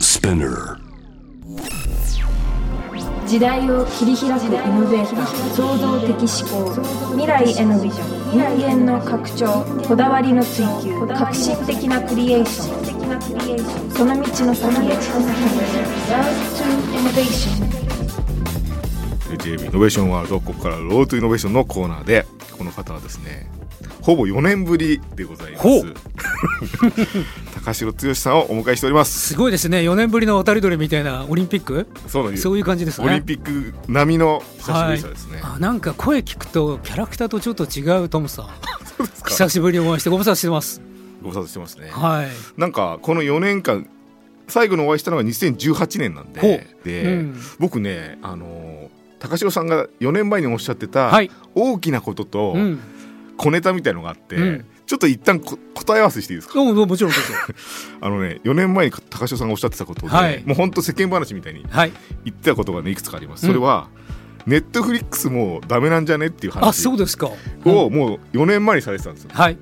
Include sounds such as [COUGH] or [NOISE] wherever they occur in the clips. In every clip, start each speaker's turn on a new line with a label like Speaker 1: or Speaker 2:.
Speaker 1: Spinner.
Speaker 2: 時代を切り開くイノベーター創造的思考未来へのビジョン人間の拡張こだわりの追求革新的なクリエーションその道の先へ Love to Innovation
Speaker 3: えー JB イノベーションワールドここからロートイノベーションのコーナーでこの方はですねほぼ4年ぶりでございま
Speaker 4: ほ
Speaker 3: す
Speaker 4: う
Speaker 3: [LAUGHS] 高城剛さんをお迎えしております
Speaker 4: すごいですね4年ぶりの渡り鳥みたいなオリンピック
Speaker 3: そうなんです
Speaker 4: そういう感じですね
Speaker 3: オリンピック並みの久しぶりさですね、
Speaker 4: あなんか声聞くとキャラクターとちょっと違うトムさん
Speaker 3: そうですか
Speaker 4: 久しぶりにお会いしてご無沙汰してます
Speaker 3: ご無沙汰してますね
Speaker 4: はい
Speaker 3: なんかこの4年間最後のお会いしたのが2018年なん
Speaker 4: ほ
Speaker 3: で
Speaker 4: う
Speaker 3: で、
Speaker 4: うん
Speaker 3: 僕ねあのー高城さんが4年前におっしゃってた
Speaker 4: はい
Speaker 3: 大きなことと
Speaker 4: うん
Speaker 3: 小ネタみたいのがあって、
Speaker 4: うん
Speaker 3: ちょっと一旦こ答え合わせしていいですか
Speaker 4: どうもどうももちろんどう
Speaker 3: [LAUGHS]
Speaker 4: ぞ
Speaker 3: あのね4年前に高城さんがおっしゃってたことで、
Speaker 4: はい
Speaker 3: もう本当世間話みたいに
Speaker 4: はい
Speaker 3: 言ってたことがねいくつかあります、
Speaker 4: うん
Speaker 3: それはネットフリックスもうダメなんじゃねっていう
Speaker 4: あ
Speaker 3: 話
Speaker 4: そう
Speaker 3: を
Speaker 4: ですかうん
Speaker 3: もう4年前にされてたんですよ
Speaker 4: はい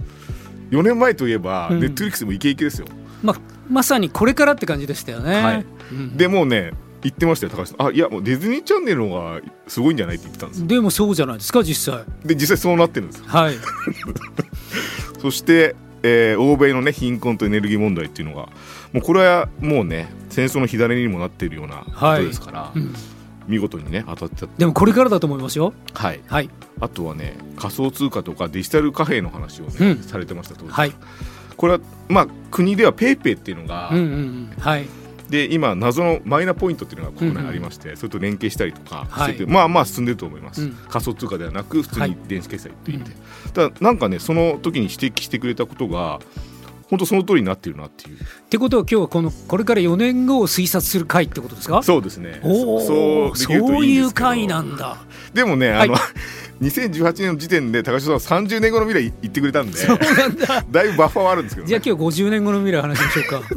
Speaker 3: 4年前といえば、
Speaker 4: うん
Speaker 3: ネットフリックスもイケイケですよ
Speaker 4: ままさにこれからって感じでしたよね
Speaker 3: はい
Speaker 4: うん
Speaker 3: でもうね言ってましたよ高橋さんあいやもうディズニーチャンネルの方がすごいんじゃないって言ってたんですよ
Speaker 4: でもそうじゃないですか実際
Speaker 3: で実際そうなってるんですよ
Speaker 4: はい
Speaker 3: そして、えー欧米のね貧困とエネルギー問題っていうのがもうこれはもうね戦争の火種にもなっているようなこ
Speaker 4: は
Speaker 3: と
Speaker 4: い
Speaker 3: ですから、
Speaker 4: うん
Speaker 3: 見事にね当たっちゃっ
Speaker 4: でもこれからだと思いますよ
Speaker 3: たはい
Speaker 4: はい
Speaker 3: あとはね仮想通貨とかデジタル貨幣の話をね、
Speaker 4: うん
Speaker 3: されてましたと、
Speaker 4: はい
Speaker 3: これはまあ国ではペイペイっていうのが、
Speaker 4: うんうんうんはい
Speaker 3: で今謎のマイナポイントっていうのが国内にありまして、それと連携したりとか
Speaker 4: はい
Speaker 3: してて、まあまあ進んでると思います、
Speaker 4: うん
Speaker 3: 仮想通貨ではなく普通
Speaker 4: は
Speaker 3: に
Speaker 4: い
Speaker 3: 電子決済って言って、ただなんかねその時に指摘してくれたことが本当その通りになっているなっていう
Speaker 4: ってことは今日はこのこれから4年後を推察する回ってことですか
Speaker 3: そうですね
Speaker 4: おお
Speaker 3: で
Speaker 4: そ
Speaker 3: きると
Speaker 4: う
Speaker 3: い
Speaker 4: い
Speaker 3: んで
Speaker 4: う
Speaker 3: すけど
Speaker 4: 回なんだ
Speaker 3: でもね
Speaker 4: は
Speaker 3: あ [LAUGHS]
Speaker 4: い
Speaker 3: の、2018年の時点で高橋さんは30年後の未来言ってくれたんで
Speaker 4: そうなんだ
Speaker 3: [LAUGHS] だいぶバッファーはあるんですけど、
Speaker 4: じゃ
Speaker 3: ね
Speaker 4: あ、今日50年後の未来話しましょうか [LAUGHS]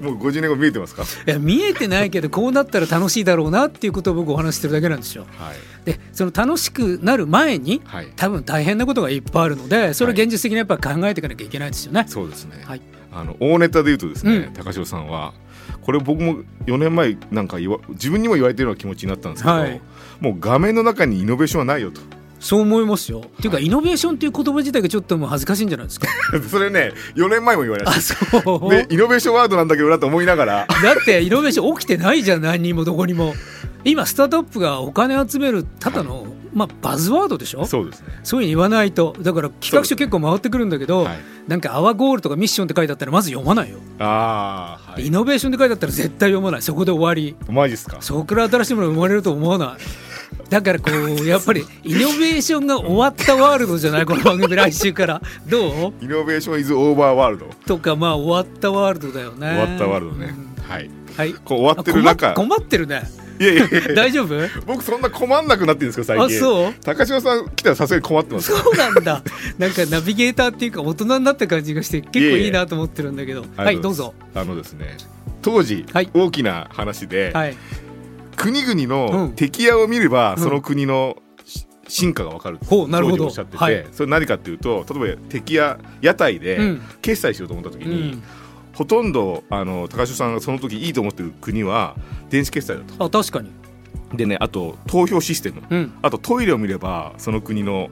Speaker 3: もう50年後見えてますか、
Speaker 4: いや見えてないけどこうなったら楽しいだろうなっていうことを僕お話ししてるだけなんですよ
Speaker 3: はい
Speaker 4: でその楽しくなる前に
Speaker 3: はい、
Speaker 4: 多分大変なことがいっぱいあるのでそれを
Speaker 3: はい
Speaker 4: 現実的にやっぱ考えていかなきゃいけないですよね、
Speaker 3: そうですね、
Speaker 4: はい
Speaker 3: あの大ネタで言うとですね、
Speaker 4: うん
Speaker 3: 高城さんはこれ僕も4年前なんか言わ自分にも言われてるような気持ちになったんですけど、
Speaker 4: はい
Speaker 3: もう画面の中にイノベーションはないよ
Speaker 4: [LAUGHS]
Speaker 3: と
Speaker 4: そう思いますよっていうか
Speaker 3: はい
Speaker 4: イノベーションっていう言葉自体がちょっともう恥ずかしいんじゃないですか
Speaker 3: それね4年前も言われま
Speaker 4: [LAUGHS] あ
Speaker 3: し
Speaker 4: そ
Speaker 3: た
Speaker 4: [LAUGHS] う
Speaker 3: でイノベーションワードなんだけどなと思いながら
Speaker 4: だってイノベーション起きてないじゃん何にもどこにも今スタートアップがお金集めるただの、まあ、バズワードでしょ
Speaker 3: そうですね
Speaker 4: そういうふうに言わないとだから企画
Speaker 3: そうです
Speaker 4: 書結構回ってくるんだけど、
Speaker 3: はい
Speaker 4: なんか「アワゴール」とか「ミッション」って書いてあったらまず読まないよ、
Speaker 3: ああ、はい
Speaker 4: イノベーションって書いてあったら絶対読まないそこで終わり
Speaker 3: マジっすか
Speaker 4: そこから新しいものが生まれると思わないだからこ
Speaker 3: [LAUGHS]
Speaker 4: うやっぱりイノベーションが終わったワールドじゃないこの番組来週からどう
Speaker 3: イノベーションイズオーバーワールド
Speaker 4: とかまあ終わったワールドだよね
Speaker 3: 終わったワールドね、はい
Speaker 4: うんはい
Speaker 3: こう終わってる中
Speaker 4: あ困っ困ってるね
Speaker 3: いやいやいや
Speaker 4: 大丈夫
Speaker 3: 僕そんな困んなくなってるんですか最近
Speaker 4: あそう
Speaker 3: 高城さん来たらさすがに困ってます
Speaker 4: そうなんだなんかナビゲーターっていうか大人になった感じがして結構いいなと思ってるんだけど
Speaker 3: あ
Speaker 4: は
Speaker 3: り
Speaker 4: い
Speaker 3: がと
Speaker 4: どう
Speaker 3: ござ
Speaker 4: ぞ
Speaker 3: ますあのですね当時、
Speaker 4: はい
Speaker 3: 大きな話で、
Speaker 4: はい
Speaker 3: 国々
Speaker 4: う
Speaker 3: の
Speaker 4: ん
Speaker 3: 敵屋を見れば、
Speaker 4: うん
Speaker 3: その国のし進化がわかるって
Speaker 4: ほうなるほ
Speaker 3: 当
Speaker 4: ど
Speaker 3: 時おっしゃってて、
Speaker 4: はい
Speaker 3: それ何かっていうと例えば敵屋屋台
Speaker 4: う
Speaker 3: で
Speaker 4: ん
Speaker 3: 決済しようと思った時
Speaker 4: う
Speaker 3: に、
Speaker 4: ん
Speaker 3: ほとんどあの高城さんがその時いいと思ってる国は電子決済だと。
Speaker 4: あ確かに
Speaker 3: でねあと投票システム
Speaker 4: うん
Speaker 3: あとトイレを見ればその国の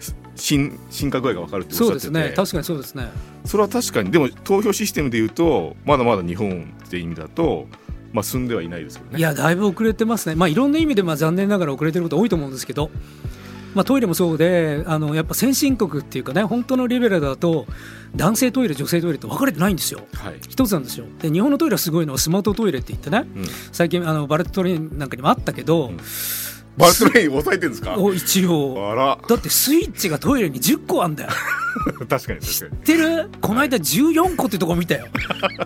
Speaker 3: し進進化具合がわかるっておっし
Speaker 4: そ
Speaker 3: ゃっ
Speaker 4: う
Speaker 3: て
Speaker 4: で
Speaker 3: て
Speaker 4: すね確かにそうですね
Speaker 3: それは確かにでも投票システムでいうとまだまだ日本って意味だと、まあ、進んではいないですよね。
Speaker 4: いやだいぶ遅れてますね、まあ、いろんな意味でまあ残念ながら遅れてること多いと思うんですけど、まあ、トイレもそうであのやっぱ先進国っていうかね本当のレベルだと男性トイレ女性トイレって分かれてないんですよ
Speaker 3: はい
Speaker 4: 一つなんですよで日本のトイレはすごいのはスマートトイレって言ってね
Speaker 3: うん、
Speaker 4: 最近あのバレットトレインなんかにもあったけど、
Speaker 3: んバルトレイン抑えてるんですか
Speaker 4: お一応
Speaker 3: あら
Speaker 4: だってスイッチがトイレに10個あんだよ
Speaker 3: 確かに確か
Speaker 4: 知ってるこの間14個ってとこ見
Speaker 3: [LAUGHS]
Speaker 4: たよ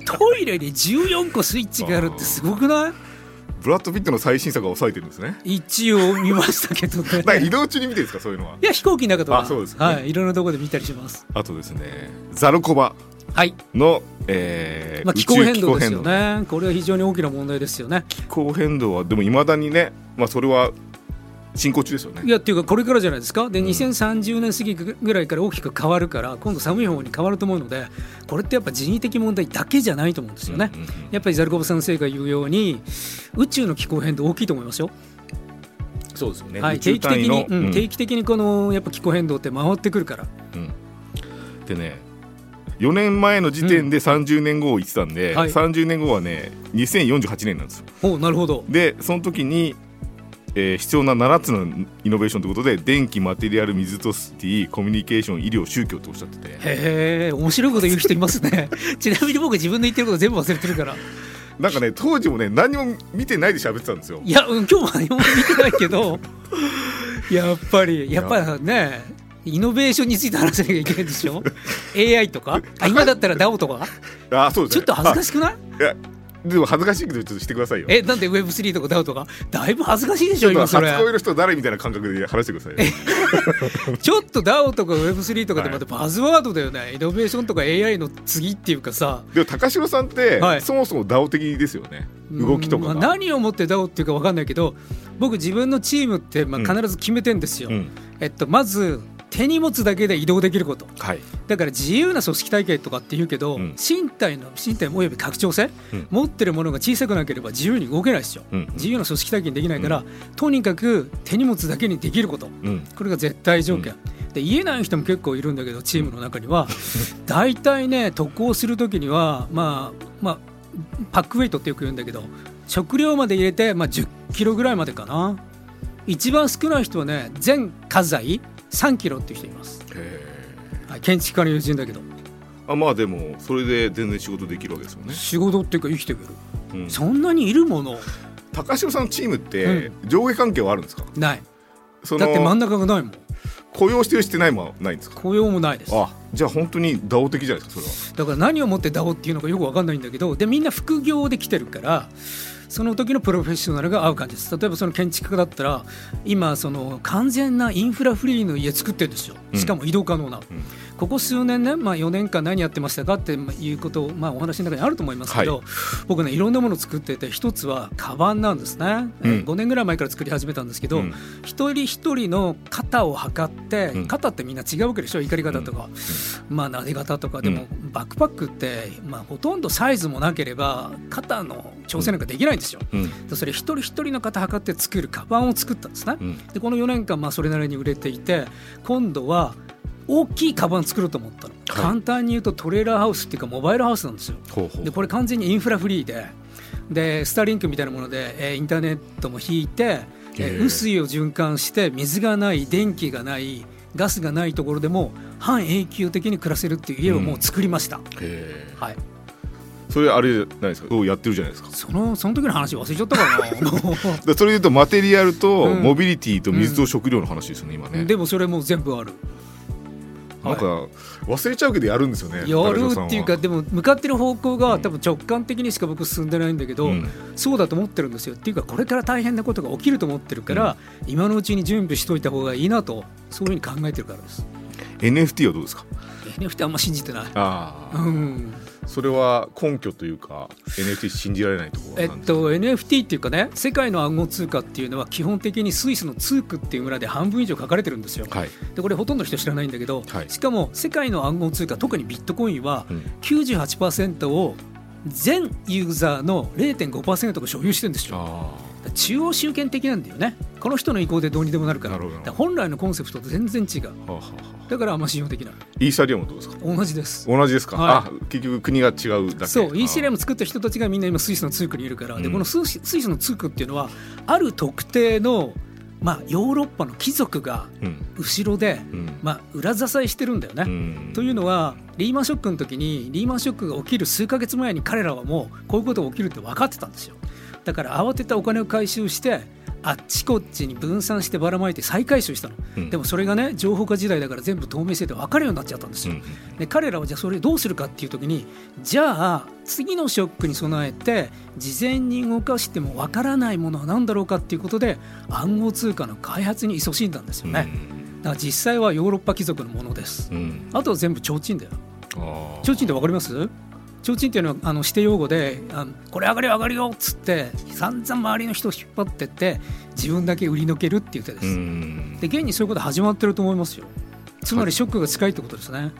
Speaker 4: トイレに14個スイッチがあるってすごくない
Speaker 3: にブラッド・ピットの最新作は抑えてるんですね
Speaker 4: 一応見ましたけど
Speaker 3: だから移
Speaker 4: ね
Speaker 3: 動中に見てるんですかそういうのはい
Speaker 4: や飛行機の中とか
Speaker 3: あそうですよね
Speaker 4: はい、いろんなところで見たりします。
Speaker 3: あとですねザルコバ
Speaker 4: はい、
Speaker 3: の、えー
Speaker 4: まあ、
Speaker 3: 宇
Speaker 4: 気
Speaker 3: 宙
Speaker 4: 候変動ですよ
Speaker 3: 気候変動
Speaker 4: ね。これは非常に大きな問題ですよね。
Speaker 3: 気候変動はでもいまだにね、まあ、それは進行中ですよね
Speaker 4: いやっていうかこれからじゃないですか。で、
Speaker 3: うん
Speaker 4: 2030年過ぎぐらいから大きく変わるから、今度寒い方に変わると思うので、これってやっぱ人為的問題だけじゃないと思うんですよね。
Speaker 3: うんうんうん
Speaker 4: やっぱりザルコブ先生が言うように宇宙の気候変動大きいと思いますよ。
Speaker 3: そうですよね、
Speaker 4: はい、
Speaker 3: 宇
Speaker 4: 定
Speaker 3: 宙
Speaker 4: 期
Speaker 3: 単
Speaker 4: 的
Speaker 3: 位の
Speaker 4: に、うん定期的にこのやっぱ気候変動って回ってくるから。
Speaker 3: うんでね4年前の時点で30年後を言ってたんで、
Speaker 4: はい
Speaker 3: 30年後はね2048年なんですよ
Speaker 4: おうなるほど。
Speaker 3: でその時に、えー必要な7つのイノベーションということで電気マテリアル水とシティコミュニケーション医療宗教とおっしゃってて
Speaker 4: へえ面白いこと言う人います
Speaker 3: [LAUGHS]
Speaker 4: ね。ちなみに僕自分の言ってること全部忘れてるから。
Speaker 3: なんかね当時もね何も見てないで喋ってたんですよ
Speaker 4: いや、うん、今日は何も見てないけどやっぱりやっぱりねイノベーションについて話さなきゃいけないでしょ AI とかあ今だったら DAO とか
Speaker 3: あそうです
Speaker 4: ちょっと恥ずか
Speaker 3: し
Speaker 4: しくない
Speaker 3: いやでも恥ずかしいけどちょっとしてくださいよ
Speaker 4: えなんで Web3 とか DAO とかだいぶ恥ずかしいでしょ
Speaker 3: ちょ
Speaker 4: 今
Speaker 3: っと
Speaker 4: それ
Speaker 3: 初恋の人誰みたいな感覚で話してくださいよ
Speaker 4: ちょっと DAO とか Web3 とかって
Speaker 3: は
Speaker 4: ま
Speaker 3: い
Speaker 4: たバズワードだよね、イノベーションとか AI の次っていうかさ
Speaker 3: でも高城さんって、
Speaker 4: はい
Speaker 3: そもそもダオ的ですよね動きとか
Speaker 4: うん
Speaker 3: が
Speaker 4: まあ、何をもって DAO っていうか分かんないけど僕自分のチームってまあ必ず決めてんですよ、
Speaker 3: うん
Speaker 4: えっと、まず手荷物だけで移動できること
Speaker 3: はい
Speaker 4: だから自由な組織体系とかって言うけど、
Speaker 3: うん
Speaker 4: 身体の身体および拡張性、
Speaker 3: うん
Speaker 4: 持ってるものが小さくなければ自由に動けないですよ、
Speaker 3: うん
Speaker 4: 自由な組織体系にできないから、とにかく手荷物だけにできること
Speaker 3: うん
Speaker 4: これが絶対条件、で言えない人も結構いるんだけどチームの中には大体ね渡航する時にはまあまあパックウェイトってよく言うんだけど食料まで入れて、まあ、1 0キロぐらいまでかな一番少ない人はね全家財3キロっていう人います、
Speaker 3: へ
Speaker 4: はい、建築家の友人だけど
Speaker 3: ーあまあでもそれで全然仕事できるわけですよね、
Speaker 4: 仕事っていうか生きてくる、
Speaker 3: うん
Speaker 4: そんなにいるもの
Speaker 3: 高城さんのチームって上下関係はあるんですか、
Speaker 4: ない
Speaker 3: そ
Speaker 4: だ
Speaker 3: の
Speaker 4: って真ん中がないもん
Speaker 3: 雇用してるしてないもないんですか
Speaker 4: 雇用もないです
Speaker 3: あじゃあ本当にダオ的じゃないですかそれは
Speaker 4: だから何をもってダオっていうのかよく分かんないんだけどでみんな副業で来てるからその時のプロフェッショナルが合う感じです例えばその建築家だったら今その完全なインフラフリーの家作ってるんですよ
Speaker 3: うん
Speaker 4: しかも移動可能な、
Speaker 3: うん
Speaker 4: ここ数年ね、まあ、4年間何やってましたかっていうことを、まあ、お話の中にあると思いますけど、僕ねいろんなもの作ってて一つはカバンなんですね、
Speaker 3: うん
Speaker 4: 5年ぐらい前から作り始めたんですけど、
Speaker 3: うん
Speaker 4: 一人一人の肩を測って、
Speaker 3: うん
Speaker 4: 肩ってみんな違うわけでしょ怒り方とか、まあ撫で方とかでも、バックパックって、まあ、ほとんどサイズもなければ肩の調整なんかできないんですよ。
Speaker 3: うん
Speaker 4: でそれ一人一人の肩測って作るカバンを作ったんですね。
Speaker 3: うん
Speaker 4: でこの4年間まあそれなりに売れていて今度は大きいカバン作ろうと思ったの、
Speaker 3: はい
Speaker 4: 簡単に言うとトレーラーハウスっていうかモバイルハウスなんですよ。
Speaker 3: ほうほう
Speaker 4: でこれ完全にインフラフリーででスターリンクみたいなもので、えーインターネットも引いて、え
Speaker 3: へ
Speaker 4: ー
Speaker 3: ー
Speaker 4: 雨水を循環して水がない電気がないガスがないところでも半永久的に暮らせるっていう家をもう作りました、
Speaker 3: へー
Speaker 4: はい、
Speaker 3: それあれじゃないですかそうやってるじゃないですか
Speaker 4: そのその時の話忘れちゃったからなも [LAUGHS]
Speaker 3: でそれで言うとマテリアルと
Speaker 4: うん
Speaker 3: モビリティと水と食料の話ですよね、今
Speaker 4: う
Speaker 3: ね
Speaker 4: でもそれもう全部ある
Speaker 3: なんか忘れちゃうけどやるんですよね
Speaker 4: やるっていうか
Speaker 3: 高
Speaker 4: でも向かってる方向が多分直感的にしか僕進んでないんだけど、
Speaker 3: 城さんは
Speaker 4: そうだと思ってるんですよっていうかこれから大変なことが起きると思ってるから、今のうちに準備しといた方がいいなとそういうふうに考えてるからです
Speaker 3: うん、NFT はどうですか
Speaker 4: NFT あんま信じてない
Speaker 3: あ
Speaker 4: う
Speaker 3: あ、
Speaker 4: ん
Speaker 3: それは根拠というか NFT 信じられないところ
Speaker 4: えっ
Speaker 3: なんですか
Speaker 4: と NFT っていうかね世界の暗号通貨っていうのは基本的にスイスのツークっていう村で半分以上書かれてるんですよ
Speaker 3: はい、
Speaker 4: でこれほとんど人知らないんだけど、
Speaker 3: はい
Speaker 4: しかも世界の暗号通貨特にビットコインは
Speaker 3: うん
Speaker 4: 98%を全ユーザーの0.5%が所有してるんですよ
Speaker 3: あ
Speaker 4: 中央集権的なんだよねこの人の意向でどうにでもなるか
Speaker 3: な
Speaker 4: ら
Speaker 3: るほどなる
Speaker 4: だから本来のコンセプトと全然違う
Speaker 3: ーはあはあはあ
Speaker 4: だからあんま信用できない
Speaker 3: イーサリアムはどうですか
Speaker 4: 同じです
Speaker 3: 同じですか、
Speaker 4: は
Speaker 3: あ結局国が違うだけ
Speaker 4: そう ECLM
Speaker 3: ム
Speaker 4: 作った人たちがみんな今スイスのツークにいるから、で
Speaker 3: うん
Speaker 4: このスイススイスのツークっていうのはある特定の、まあ、ヨーロッパの貴族が
Speaker 3: うん
Speaker 4: 後ろで、
Speaker 3: うん
Speaker 4: まあ、裏支えしてるんだよね、
Speaker 3: うん
Speaker 4: というのはリーマンショックの時にリーマンショックが起きる数ヶ月前に彼らはもうこういうことが起きるって分かってたんですよだから慌てたお金を回収してあっちこっちに分散してばらまいて再回収したの、
Speaker 3: うん
Speaker 4: でもそれがね情報化時代だから全部透明性で分かるようになっちゃったんですよ、
Speaker 3: うん
Speaker 4: で彼らはじゃあそれどうするかっていう時にじゃあ次のショックに備えて事前に動かしても分からないものは何だろうかっていうことで暗号通貨の開発に勤しんだんですよね、だから実際はヨーロッパ貴族のものです
Speaker 3: うんうん
Speaker 4: あとは全部提灯だよ
Speaker 3: あー
Speaker 4: 提灯ってわかります提灯っていうのはあの指定用語であのこれ上がるよ上がるよっつって散々周りの人を引っ張ってって自分だけ売り抜けるっていう手です、
Speaker 3: うん
Speaker 4: で現にそういうこと始まってると思いますよつまりショックが近いってことですね、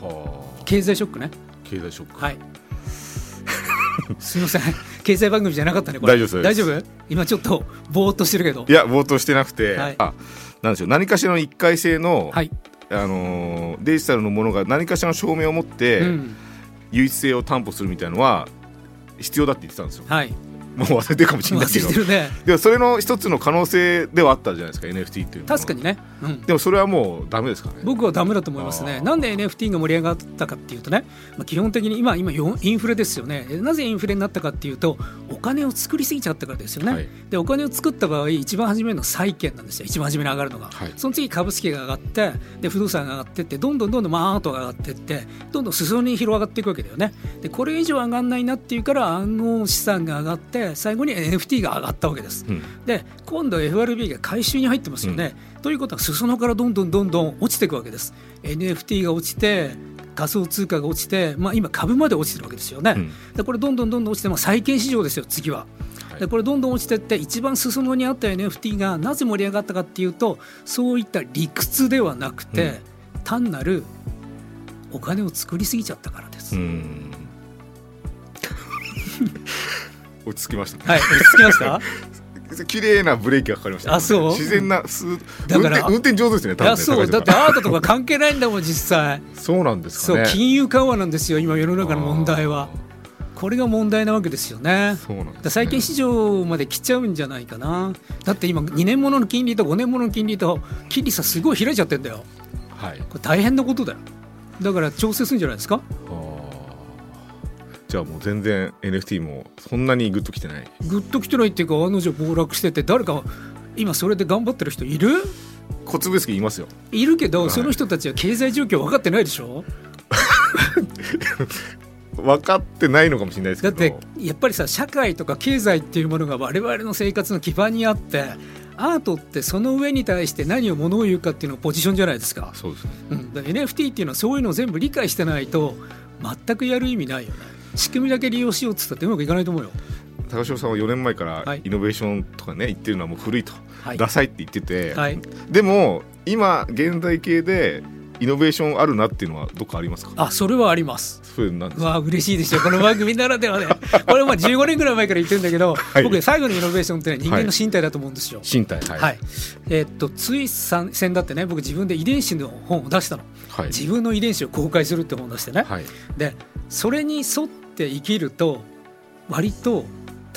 Speaker 3: は
Speaker 4: 経済ショックね
Speaker 3: あ経済ショック、
Speaker 4: はい。 [LAUGHS] すみません、経済番組じゃなかったね。これ
Speaker 3: 大丈夫です
Speaker 4: 大丈夫。今ちょっとぼーっとしてるけど
Speaker 3: い。や冒頭してなくて、
Speaker 4: はい
Speaker 3: あなんでしょう何かしらの一回性の、
Speaker 4: はい。
Speaker 3: あのーデジタルのものが何かしらの証明を持って、
Speaker 4: うん。
Speaker 3: 唯一性を担保するみたいのは必要だって言ってたんですよ
Speaker 4: はい。
Speaker 3: もう忘れてるかもしれないけ
Speaker 4: 忘れて
Speaker 3: ど
Speaker 4: るね。
Speaker 3: でもそれの一つの可能性ではあったじゃないですか NFT っていうのは
Speaker 4: 確かにね。うん。
Speaker 3: でもそれはもうダメですからね
Speaker 4: 僕はダメだと思います
Speaker 3: あ
Speaker 4: ね。
Speaker 3: ー
Speaker 4: なんで NFT が盛り上がったかっていうとね、まあ、基本的に今、今よインフレですよね。えなぜインフレになったかっていうと、お金を作りすぎちゃったからですよね。
Speaker 3: はい
Speaker 4: で、お金を作った場合、一番初めの債券なんですよ、一番初めに上がるのが。
Speaker 3: はい
Speaker 4: その次、株式が上がって、で不動産が上がってって、どんどんどんどんまあアートが上がってって、どんどん裾に広がっていくわけだよね。で、これ以上上がんないなっていうから、暗号資産が上がって、最後に NFT が上がったわけです。
Speaker 3: うん
Speaker 4: で今度 FRB が回収に入ってますよね。ということは裾野からどんどんどんどん落ちていくわけです。NFT が落ちて仮想通貨が落ちて、まあ、今株まで落ちてるわけですよね。
Speaker 3: うん
Speaker 4: でこれどんどんどんどん落ちて、まあ、債券市場ですよ次は。
Speaker 3: はい
Speaker 4: でこれどんどん落ちてって一番裾野にあった NFT がなぜ盛り上がったかっていうとそういった理屈ではなくて、
Speaker 3: うん
Speaker 4: 単なるお金を作りすぎちゃったからです。
Speaker 3: うーん落ち着きましたね
Speaker 4: はい、落ち着きました
Speaker 3: 綺麗なブレーキがかかりましたね
Speaker 4: あそう
Speaker 3: 自然なスーッ
Speaker 4: だから
Speaker 3: 運転運転上手ですね
Speaker 4: い
Speaker 3: 多分ね
Speaker 4: や
Speaker 3: 高
Speaker 4: そう
Speaker 3: 井さ
Speaker 4: だ
Speaker 3: ん
Speaker 4: ってアートとか関係ないんだもん実際。
Speaker 3: そうなんです
Speaker 4: そ
Speaker 3: か
Speaker 4: う
Speaker 3: ね
Speaker 4: 金融緩和なんですよ、今、世の中の問題は。これが問題なわけですよね。
Speaker 3: そうなんですね
Speaker 4: だから債券市場まで来ちゃうんじゃないかな。だって今、2年ものの金利と5年ものの金利と、金利差すごい開いちゃってんだよ。
Speaker 3: はい
Speaker 4: これ大変なことだよ。だから調整するんじゃないですか。
Speaker 3: あーじゃあもう全然 NFT もそんなにグッときてない
Speaker 4: ぐっと来てないっていうか、案の定暴落してて、誰か今、それで頑張ってる人いる
Speaker 3: 小粒ですけどいますよ
Speaker 4: いるけど、
Speaker 3: はい
Speaker 4: その人たちは経済状況分かってないでしょ。
Speaker 3: 分かってないのかもしれないです
Speaker 4: だ
Speaker 3: け
Speaker 4: っ
Speaker 3: ど
Speaker 4: てやっぱりさ社会とか経済っていうものが我々の生活の基盤にあってアートってその上に対して何を物を言うかっていうのがポジションじゃないですか,、
Speaker 3: そうですね
Speaker 4: うん、だから NFT っていうのはそういうのを全部理解してないと全くやる意味ないよね仕組みだけ利用しようっつったってうまくいかないと思うよ
Speaker 3: 高潮さんは4年前か
Speaker 4: は
Speaker 3: ら
Speaker 4: い
Speaker 3: イノベーションとかね言ってるのはもう古いと、
Speaker 4: はい
Speaker 3: ダサいって言ってて、
Speaker 4: はい
Speaker 3: でも今現代系でイノベーションあるなっていうのはどっかありますか
Speaker 4: あそれはあります
Speaker 3: それなんです
Speaker 4: う
Speaker 3: か
Speaker 4: わあ嬉しいでしょこの番組ならではで [LAUGHS] これはまあ15年ぐらい前から言ってるんだけど、
Speaker 3: はい
Speaker 4: 僕最後のイノベーションって人間の身体だと思うんですよ、
Speaker 3: 身体はい
Speaker 4: はいえーっとついさ先だってね僕自分で遺伝子の本を出したの
Speaker 3: はい
Speaker 4: 自分の遺伝子を公開するって本を出してね、
Speaker 3: はい
Speaker 4: でそれに沿って生きると割と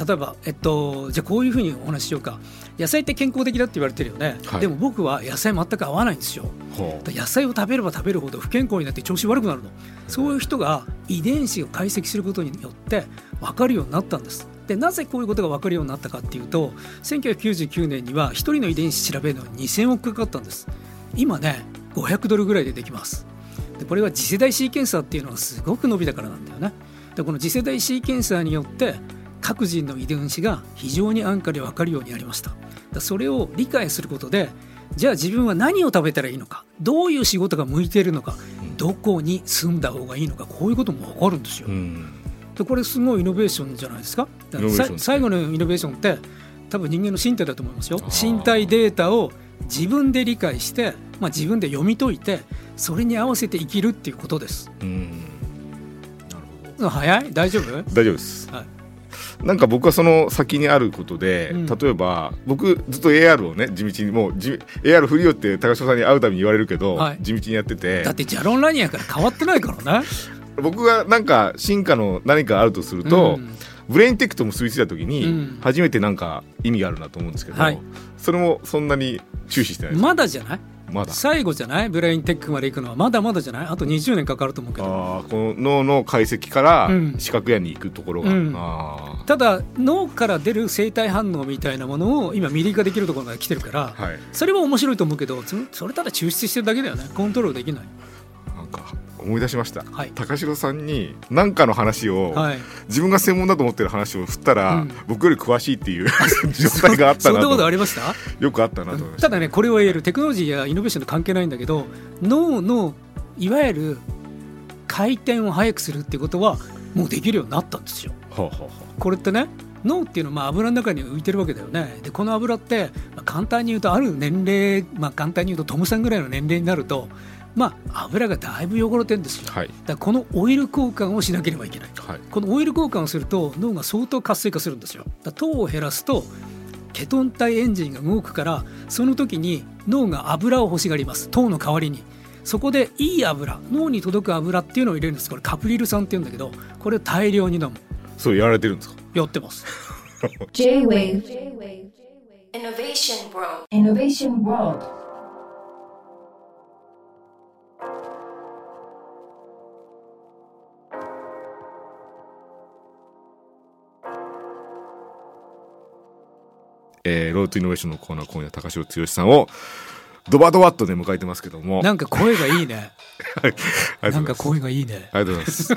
Speaker 4: 例えば、えっと、じゃあこういうふうにお話ししようか野菜って健康的だって言われてるよね、
Speaker 3: はい
Speaker 4: でも僕は野菜全く合わないんですよ
Speaker 3: ほう
Speaker 4: 野菜を食べれば食べるほど不健康になって調子悪くなるのそういう人が遺伝子を解析することによって分かるようになったんですでなぜこういうことが分かるようになったかっていうと1999年には1人の遺伝子調べるのに2000億かかったんです今ね500ドルぐらいでできますでこれは次世代シーケンサーっていうのがすごく伸びたからなんだよねでこの次世代シーケンサーによって各人の遺伝子が非常に安価で分かるようになりましただそれを理解することでじゃあ自分は何を食べたらいいのかどういう仕事が向いているのかどこに住んだ方がいいのかこういうことも分かるんですよ、
Speaker 3: うん
Speaker 4: でこれすごいイノベーションじゃないですか
Speaker 3: イノベーションです
Speaker 4: さ
Speaker 3: ね
Speaker 4: 最後のイノベーションって多分人間の身体だと思いますよ
Speaker 3: あー
Speaker 4: 身体データを自分で理解して、まあ、自分で読み解いてそれに合わせて生きるっていうことです
Speaker 3: うんなるほど
Speaker 4: 早い大丈夫
Speaker 3: 大丈夫です、
Speaker 4: は
Speaker 3: なんか僕はその先にあることで、
Speaker 4: うん
Speaker 3: 例えば僕ずっと AR をね地道にもうじ AR 振りよって高橋さんに会うたびに言われるけど、
Speaker 4: はい
Speaker 3: 地道にやってて
Speaker 4: だってジャロンラニアから変わってないからね
Speaker 3: 僕がなんか進化の何かあるとすると、
Speaker 4: うん
Speaker 3: ブレインテックと結びついた時に、
Speaker 4: うん
Speaker 3: 初めてなんか意味があるなと思うんですけど、
Speaker 4: はい
Speaker 3: それもそんなに注視してないです
Speaker 4: まだじゃない
Speaker 3: まだ。
Speaker 4: 最後じゃないブレインテックまで行くのはまだまだじゃないあと20年かかると思うけど
Speaker 3: あーこの脳の解析から
Speaker 4: うん
Speaker 3: 視覚野に行くところが、
Speaker 4: うん
Speaker 3: あ
Speaker 4: ただ脳から出る生体反応みたいなものを今ミリ化できるところまで来てるから、
Speaker 3: ーはい
Speaker 4: それも面白いと思うけどそそれただ抽出してるだけだよねコントロールできない
Speaker 3: なんか思い出しました、
Speaker 4: はい
Speaker 3: 高城さんに何かの話を、
Speaker 4: はい
Speaker 3: 自分が専門だと思ってる話を振ったら、
Speaker 4: うん
Speaker 3: 僕より詳しいっていう [LAUGHS] 状態があった
Speaker 4: そん
Speaker 3: な
Speaker 4: なことあ
Speaker 3: と
Speaker 4: りました
Speaker 3: よくあったなと思いました
Speaker 4: ただねこれを言えるテクノロジーやイノベーションと関係ないんだけど脳のいわゆる回転を速くするってことはもうできるようになったんですよ
Speaker 3: ほうほうほう
Speaker 4: これってね脳っていうのはまあ油の中に浮いてるわけだよねでこの油ってまあ簡単に言うとある年齢、まあ、簡単に言うとトムさんぐらいの年齢になるとまあ、油がだいぶ汚れてるんですよ。だか
Speaker 3: はい
Speaker 4: らこのオイル交換をしなければいけない。
Speaker 3: はい
Speaker 4: このオイル交換をすると脳が相当活性化するんですよ。だから糖を減らすとケトン体エンジンが動くからその時に脳が油を欲しがります糖の代わりに。そこでいい油脳に届く油っていうのを入れるんですこれカプリル酸っていうんだけどこれを大量に飲む
Speaker 3: そうやられてるんですか
Speaker 4: やってます
Speaker 2: J-Wave
Speaker 1: Innovation World.
Speaker 2: Innovation World
Speaker 3: えー、ロードトゥイノベーションのコーナー今夜高城剛さんをドバドバっとね迎えてますけども
Speaker 4: なんか声
Speaker 3: [LAUGHS]
Speaker 4: がいいね
Speaker 3: ありが
Speaker 4: な
Speaker 3: とうんござい
Speaker 4: か
Speaker 3: ます
Speaker 4: 声がいいね
Speaker 3: ありがとうございます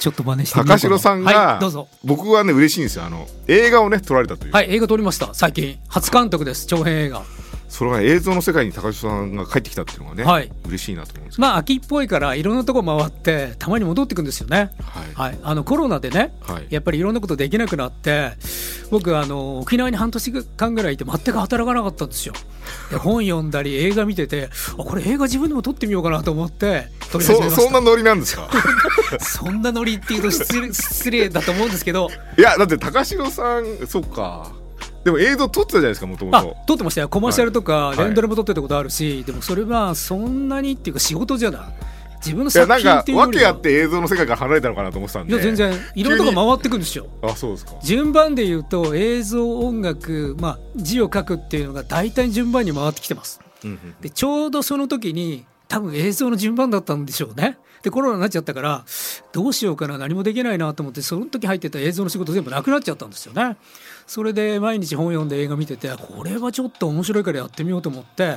Speaker 4: ちょっと真似してみよう
Speaker 3: 高
Speaker 4: かな
Speaker 3: 城さんが、
Speaker 4: はいどうぞ
Speaker 3: 僕はね嬉しいんですよあの映画をね撮られたという、
Speaker 4: はい映画撮りました最近初監督です長編映画
Speaker 3: それは映像の世界に高城さんが帰ってきたっていうのがね、
Speaker 4: はい
Speaker 3: 嬉しいなと思うんですけ
Speaker 4: まあ秋っぽいからいろんなとこ回ってたまに戻ってくんですよね
Speaker 3: どはい
Speaker 4: はい、あのコロナでね、
Speaker 3: はい
Speaker 4: やっぱりいろんなことできなくなって、僕、あの沖縄に半年間ぐらいいて、全く働かなかったんで
Speaker 3: [LAUGHS]
Speaker 4: すよ。で本読んだり、映画見てて、あこれ、映画自分でも撮ってみようかなと思って、撮り始め
Speaker 3: そ
Speaker 4: ました
Speaker 3: そんなノリなんですか [LAUGHS]
Speaker 4: そんなノリっていうと失礼 [LAUGHS] 失礼だと思うんですけど、
Speaker 3: いやだって高城さんそっかでも映像撮ってたじゃないですかもとも
Speaker 4: あ
Speaker 3: と
Speaker 4: 撮ってましたよ、コマーシャルとか、
Speaker 3: はい
Speaker 4: レンドルも撮ってたことあるし、でもそれはそんなにっていうか、仕事じゃない、自分
Speaker 3: い
Speaker 4: の
Speaker 3: や
Speaker 4: 作
Speaker 3: なん
Speaker 4: 品っ
Speaker 3: か
Speaker 4: ていうより
Speaker 3: 訳あ
Speaker 4: は
Speaker 3: って映像の世界から離れたのかなと思ってたん
Speaker 4: い
Speaker 3: で
Speaker 4: や、全然、いろんなとこ回ってくんですよ。
Speaker 3: あそうですか
Speaker 4: 順番で言うと映像音楽、まあ、字を書くっていうのが大体順番に回ってきてます
Speaker 3: うんうん
Speaker 4: でちょうどその時に多分映像の順番だったんでしょうねでコロナになっちゃったからどうしようかな何もできないなと思ってその時入ってた映像の仕事全部なくなっちゃったんですよねそれで毎日本読んで映画見ててこれはちょっと面白いからやってみようと思って、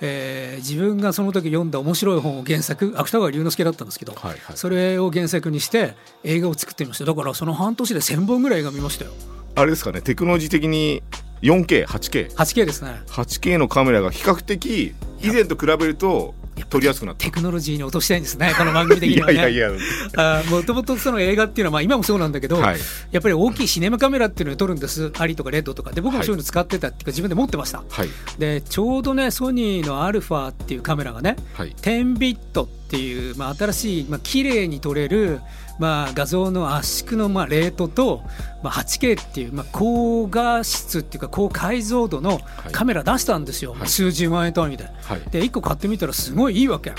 Speaker 4: えー自分がその時読んだ面白い本を原作芥川龍之介だったんですけど、
Speaker 3: はいはい
Speaker 4: それを原作にして映画を作ってみましただからその半年で1,000本ぐらい映画見ましたよ
Speaker 3: あれですかねテクノロジー的に 4K8K
Speaker 4: 8K ですね
Speaker 3: 8K のカメラが比較的以前と比べると撮りやすくなった
Speaker 4: テクノロジーに落としたいんですねこの番組的
Speaker 3: い
Speaker 4: には
Speaker 3: や [LAUGHS]
Speaker 4: ね
Speaker 3: いやいや
Speaker 4: あーもともとその映画っていうのは、まあ、今もそうなんだけど、
Speaker 3: はい
Speaker 4: やっぱり大きいシネマカメラっていうのを撮るんですアリとかレッドとかで僕もそういうの使ってたっていうか自分で持ってました、
Speaker 3: はい
Speaker 4: でちょうどねソニーのアルファっていうカメラがね
Speaker 3: はい
Speaker 4: 10ビットっていう、まあ、新しい、まあ綺麗に撮れる、まあ、画像の圧縮の、まあ、レートと、まあ、8K っていう、まあ、高画質っていうか高解像度のカメラ出したんですよ、
Speaker 3: はい
Speaker 4: 数十万円単位で。
Speaker 3: はい
Speaker 4: で1個買ってみたらすごいいいわけ。
Speaker 3: はい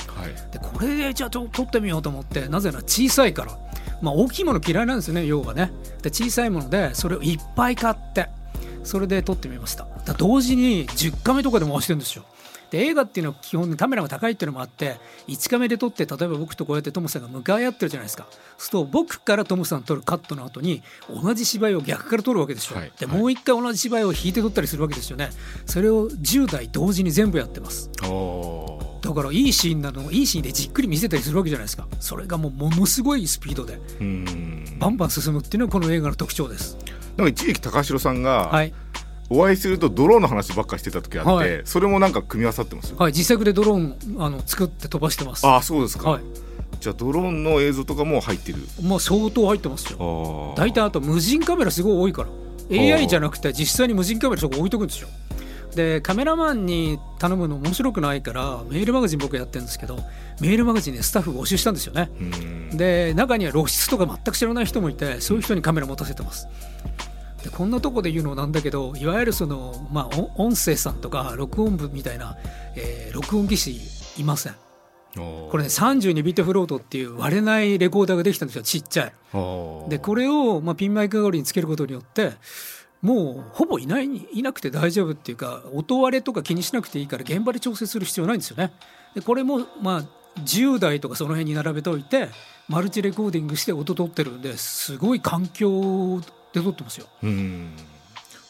Speaker 4: でこれでじゃあちょ撮ってみようと思ってなぜなら小さいから、まあ、大きいもの嫌いなんですよね要はねで小さいものでそれをいっぱい買ってそれで撮ってみましただから同時に10カメとかで回してるんですよで映画っていうのは基本にカメラが高いっていうのもあって1カメで撮って例えば僕とこうやってトムさんが向かい合ってるじゃないですかそうすると僕からトムさん撮るカットの後に同じ芝居を逆から撮るわけでしょ、
Speaker 3: はい
Speaker 4: で
Speaker 3: はい
Speaker 4: もう一回同じ芝居を引いて撮ったりするわけですよねそれを10台同時に全部やってます
Speaker 3: おー
Speaker 4: だからいいシーンなのいいシーンでじっくり見せたりするわけじゃないですかそれがもうものすごいスピードで
Speaker 3: うーん
Speaker 4: バンバン進むっていうのがこの映画の特徴です
Speaker 3: なんか一時期高城さんが、
Speaker 4: はい、
Speaker 3: お会いするとドローンの話ばっかりしてた時あって、
Speaker 4: はい
Speaker 3: それもなんか組み合わさってますよ、
Speaker 4: はい、自作でドローンあの作って飛ばしてます
Speaker 3: ああそうですか、
Speaker 4: は
Speaker 3: じゃあドローンの映像とかも入ってる
Speaker 4: いもう相当入ってますよ
Speaker 3: あ
Speaker 4: 大体あと無人カメラすごい多いから AI じゃなくて実際に無人カメラそこ置いとくんですよでカメラマンに頼むの面白くないからメールマガジン僕やってるんですけどメールマガジンでスタッフ募集したんですよね
Speaker 3: うーん
Speaker 4: で中には露出とか全く知らない人もいてそういう人にカメラ持たせてますでこんなとこで言うのなんだけどいわゆるその、まあ、お音声さんとか録音部みたいな、えー録音技師いません
Speaker 3: こ
Speaker 4: これね32ビットフロートっていう割れないレコーダーができたんですよちっちゃいでこれを、まあ、ピンマイク代わりにつけることによってもうほぼいないいなくて大丈夫っていうか音割れとか気にしなくていいから現場で調整する必要ないんですよね。でこれもまあ10台とかその辺に並べておいてマルチレコーディングして音取ってるんですごい環境で撮ってますよ。
Speaker 3: うーん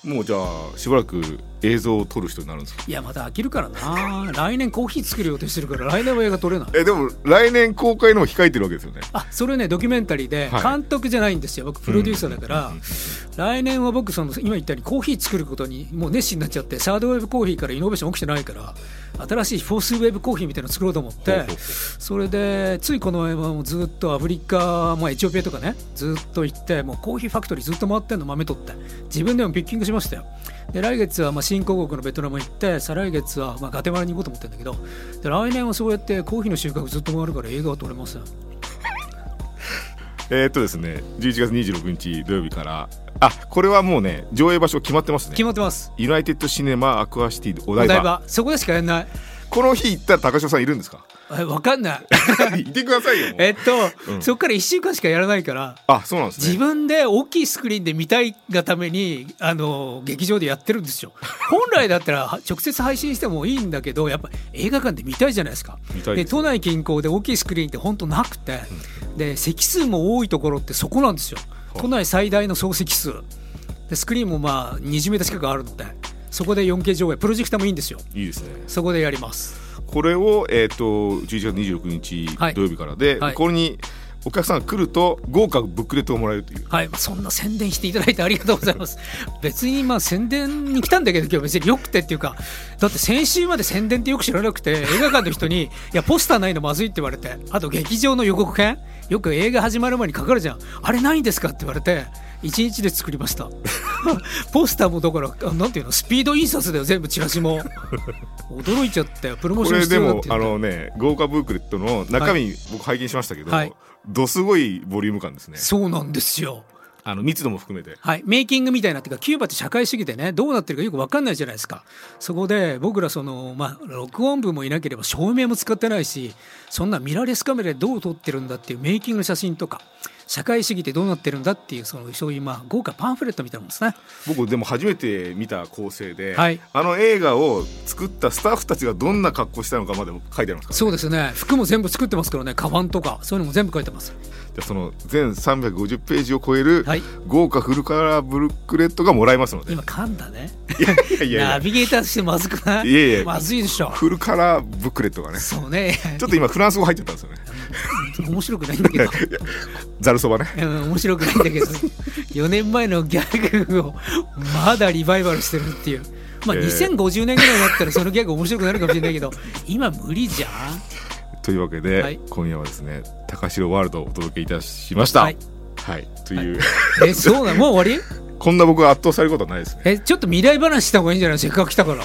Speaker 3: もうじゃあしばらく映像を撮る人になるんですか
Speaker 4: いやまた飽きるからな来年コーヒー作る予定してるから来年は映画撮れない。
Speaker 3: えでも来年公開のも控えてるわけですよね
Speaker 4: あそれねドキュメンタリーで
Speaker 3: はい
Speaker 4: 監督じゃないんですよ、僕プロデューサーだから、来年は僕その今言ったようにコーヒー作ることにもう熱心になっちゃってサードウェブコーヒーからイノベーション起きてないから新しいフォースウェブコーヒーみたいなの作ろうと思って
Speaker 3: ほうほうほう
Speaker 4: それでついこの間もずっとアフリカ、まあ、エチオピアとかねずっと行ってもうコーヒーファクトリーずっと回ってんの豆取って自分でもピッキングしまましたよ。で来月はまあ新興国のベトナム行って再来月はまあガテマラに行こうと思ってるんだけどで来年はそうやってコーヒーの収穫ずっと回るから映画は撮れません
Speaker 3: えーっとですね11月26日土曜日からあこれはもうね上映場所決まってますね
Speaker 4: 決まってます
Speaker 3: ユナイテッドシネマアクアシティお
Speaker 4: お
Speaker 3: 台場
Speaker 4: 台場そこでしかやんない
Speaker 3: この日行ったら高城さんいるん
Speaker 4: [LAUGHS]
Speaker 3: ですか
Speaker 4: えわか
Speaker 3: [LAUGHS]
Speaker 4: んない
Speaker 3: 行ってくださいよもう
Speaker 4: えっと、
Speaker 3: うん
Speaker 4: そこから1週間しかやらないから
Speaker 3: あそうなんです
Speaker 4: 自
Speaker 3: ね
Speaker 4: 分で大きいスクリーンで見たいがためにあの劇場でやってるんです
Speaker 3: [LAUGHS]
Speaker 4: よ本来だったらは直接配信してもいいんだけどやっぱ映画館で見たいじゃないですか
Speaker 3: 見たい
Speaker 4: で
Speaker 3: です
Speaker 4: 都内近郊で大きいスクリーンって本当なくて、で席数も多いところってそこなんですよ
Speaker 3: い
Speaker 4: 都内最大の総席数でスクリーンもまあ20メートル近くあるのでそこで 4K 上映プロジェクターもいいんですよ
Speaker 3: いいですね
Speaker 4: そこでやります
Speaker 3: これを、えー、と11月26
Speaker 4: は
Speaker 3: 日
Speaker 4: い
Speaker 3: 土曜日からで、
Speaker 4: はい
Speaker 3: これにお客さんが来ると豪華ブックレットをもらえるという
Speaker 4: はい、まあそんな宣伝していただいてありがとうございます。 [LAUGHS] 別にまあ宣伝に来たんだけど、今日別によくてっていうか、だって先週まで宣伝ってよく知らなくて、映画館の人に、い [LAUGHS] や、ポスターないのまずいって言われて、あと劇場の予告編、よく映画始まる前にかかるじゃん、あれないんですかって言われて、1日で作りました。 [LAUGHS] ポスターもだから、あなんていうの、スピード印刷だよ、全部チラシも。驚いちゃったよ、プロモー
Speaker 3: こ
Speaker 4: ション
Speaker 3: れ
Speaker 4: 必
Speaker 3: で
Speaker 4: 要だって
Speaker 3: も
Speaker 4: 言
Speaker 3: あの
Speaker 4: って
Speaker 3: ね豪華ブックレットの中身、僕拝見しましたけど、
Speaker 4: はい
Speaker 3: どすごいボリューム感ですね
Speaker 4: そうなんですよ。
Speaker 3: あの密度も含めて
Speaker 4: はい、メイキングみたいなっていうかキューバって社会主義でねどうなってるかよく分かんないじゃないですかそこで僕らその、まあ、録音部もいなければ照明も使ってないしそんなミラーレスカメラでどう撮ってるんだっていうメイキングの写真とか社会主義ってどうなってるんだっていうそのそういうまあ豪華パンフレットみたいなもんですね
Speaker 3: 僕でも初めて見た構成で、
Speaker 4: はい
Speaker 3: あの映画を作ったスタッフたちがどんな格好したのかまでも書いてありますから
Speaker 4: そうですね服も全部作ってますからねカバンとかそういうのも全部書いてます
Speaker 3: でその全350ページを超える
Speaker 4: はい
Speaker 3: 豪華フルカラーブックレットがもらえますので、
Speaker 4: 今噛んだね
Speaker 3: いやいやい
Speaker 4: ナ
Speaker 3: や
Speaker 4: ビゲーターとしてまずくない
Speaker 3: いやいや
Speaker 4: まずいでしょ
Speaker 3: フルカラーブックレットがね
Speaker 4: そうね
Speaker 3: ちょっと今フランス語入っちゃったんですよね
Speaker 4: [LAUGHS] 面白くないんだけど
Speaker 3: ざるそばね
Speaker 4: うん面白くないんだ
Speaker 3: [LAUGHS]
Speaker 4: けど4年前のギャグをまだリバイバルしてるっていうまあ
Speaker 3: えー
Speaker 4: 2050年ぐらいになったらそのギャグ面白くなるかもしれないけど今無理じゃん
Speaker 3: というわけで、
Speaker 4: はい
Speaker 3: 今夜はですね高城ワールドをお届けいたしましたは
Speaker 4: はいい、
Speaker 3: という、
Speaker 4: えそうなのもう終わり
Speaker 3: こんな僕が圧倒されることはないですね
Speaker 4: えちょっと未来話した方がいいんじゃないせっかく来たから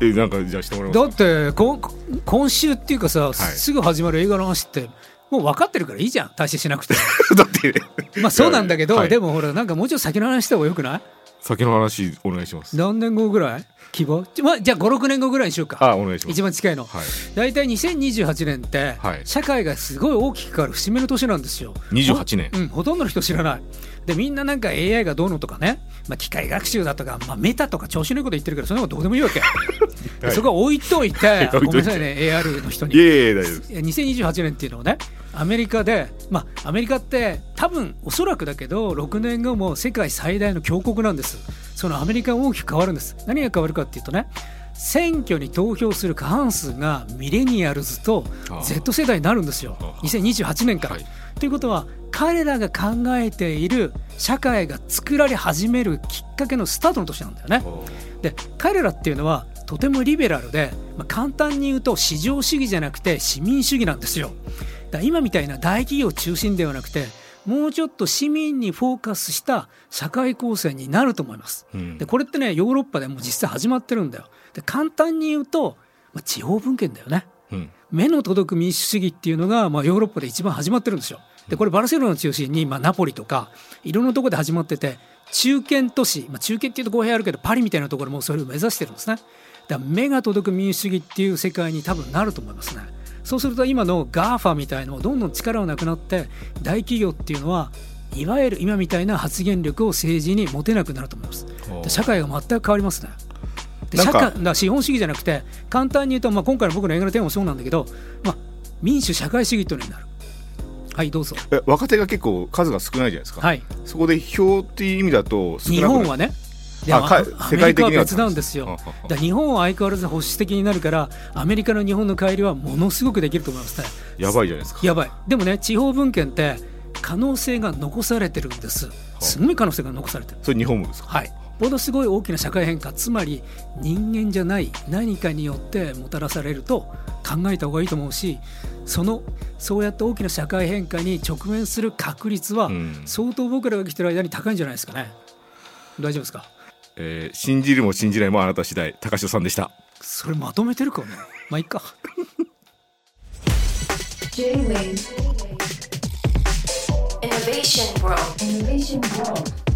Speaker 3: えなんかじゃあしてもらい
Speaker 4: だ
Speaker 3: ま
Speaker 4: っ
Speaker 3: す
Speaker 4: てこん今週っていうかさ、すぐ始まる映画の話ってもう分かってるからいいじゃん大してしな
Speaker 3: [LAUGHS]
Speaker 4: くて
Speaker 3: か [LAUGHS] だって
Speaker 4: まあそうなんだけど、
Speaker 3: はい
Speaker 4: でもほらなんかもうちょっと先の話した方がよくない
Speaker 3: 先の話お願いします
Speaker 4: 何年後ぐらい希望ちょまあじゃあ56年後ぐらいにしようか
Speaker 3: あお願いします
Speaker 4: 一番近いの、
Speaker 3: はい
Speaker 4: 大体2028年って
Speaker 3: はい
Speaker 4: 社会がすごい大きく変わる節目の年なんですよ。
Speaker 3: 28年
Speaker 4: うん、ほとんどの人知らない。でみんななんか AI がどうのとかね、まあ、機械学習だとか、まあ、メタとか調子のいいこと言ってるけどそんなことどうでも
Speaker 3: [LAUGHS]
Speaker 4: いいわけ、でそこは置いといて
Speaker 3: 置いといて
Speaker 4: ごめんなさいね AR の人に
Speaker 3: い。やいやいや大丈夫です
Speaker 4: いや2028年っていうのはねアメリカでまあアメリカって多分おそらくだけど6年後も世界最大の強国なんですそのアメリカは大きく変わるんです何が変わるかっていうとね選挙に投票する過半数がミレニアルズと
Speaker 3: ああ
Speaker 4: Z 世代になるんですよ
Speaker 3: ああ
Speaker 4: 2028年から、
Speaker 3: はい
Speaker 4: ということは彼らが考えている社会が作られ始めるきっかけのスタートの年なんだよねで彼らっていうのはとてもリベラルで、まあ、簡単に言うと市場主義じゃなくて市民主義なんですよだから今みたいな大企業中心ではなくてもうちょっと市民にフォーカスした社会構成になると思います
Speaker 3: うん
Speaker 4: でこれってねヨーロッパでも実際始まってるんだよで簡単に言うと、まあ、地方分権だよね
Speaker 3: うん
Speaker 4: 目の届く民主主義っていうのが、まあ、ヨーロッパで一番始まってるんですよ。でこれバルセロナを中心に、まあ、ナポリとかいろんなところで始まってて中堅都市、まあ、中堅っていうと語弊あるけどパリみたいなところもそれを目指してるんですね。だから目が届く民主主義っていう世界に多分なると思いますね。そうすると今の GAFA みたいのもどんどん力はなくなって大企業っていうのはいわゆる今みたいな発言力を政治に持てなくなると思います。で社会が全く変わりますね。で
Speaker 3: なん
Speaker 4: 社
Speaker 3: か
Speaker 4: 会だから資本主義じゃなくて簡単に言うと、まあ、今回の僕の映画のテーマもそうなんだけど、まあ、民主社会主義というのになる。はいどうぞ。
Speaker 3: え若手が結構数が少ないじゃないですか、
Speaker 4: はい、
Speaker 3: そこで票っていう意味だと少なく
Speaker 4: 日
Speaker 3: な
Speaker 4: 本はねでも
Speaker 3: あか
Speaker 4: ア
Speaker 3: 世
Speaker 4: メリ
Speaker 3: 界的
Speaker 4: カは
Speaker 3: には
Speaker 4: 別なんです
Speaker 3: ああ
Speaker 4: よ。
Speaker 3: あ
Speaker 4: だから日本は相変わらず保守的になるからアメリカの日本の帰りはものすごくできると思いますね。
Speaker 3: やばいじゃないですか
Speaker 4: やばいでもね地方分権って可能性が残されてるんです。すごい可能性が残されてる。
Speaker 3: それ日本もですか
Speaker 4: はい、ものすごい大きな社会変化つまり人間じゃない何かによってもたらされると考えた方がいいと思うしそのそうやって大きな社会変化に直面する確率は
Speaker 3: うん
Speaker 4: 相当僕らが生きてる間に高いんじゃないですかね。大丈夫ですか
Speaker 3: えー信じるも信じないもあなた次第高城さんでした
Speaker 4: それまとめてるかねまあいいか
Speaker 5: J-Wave Innovation World Innovation World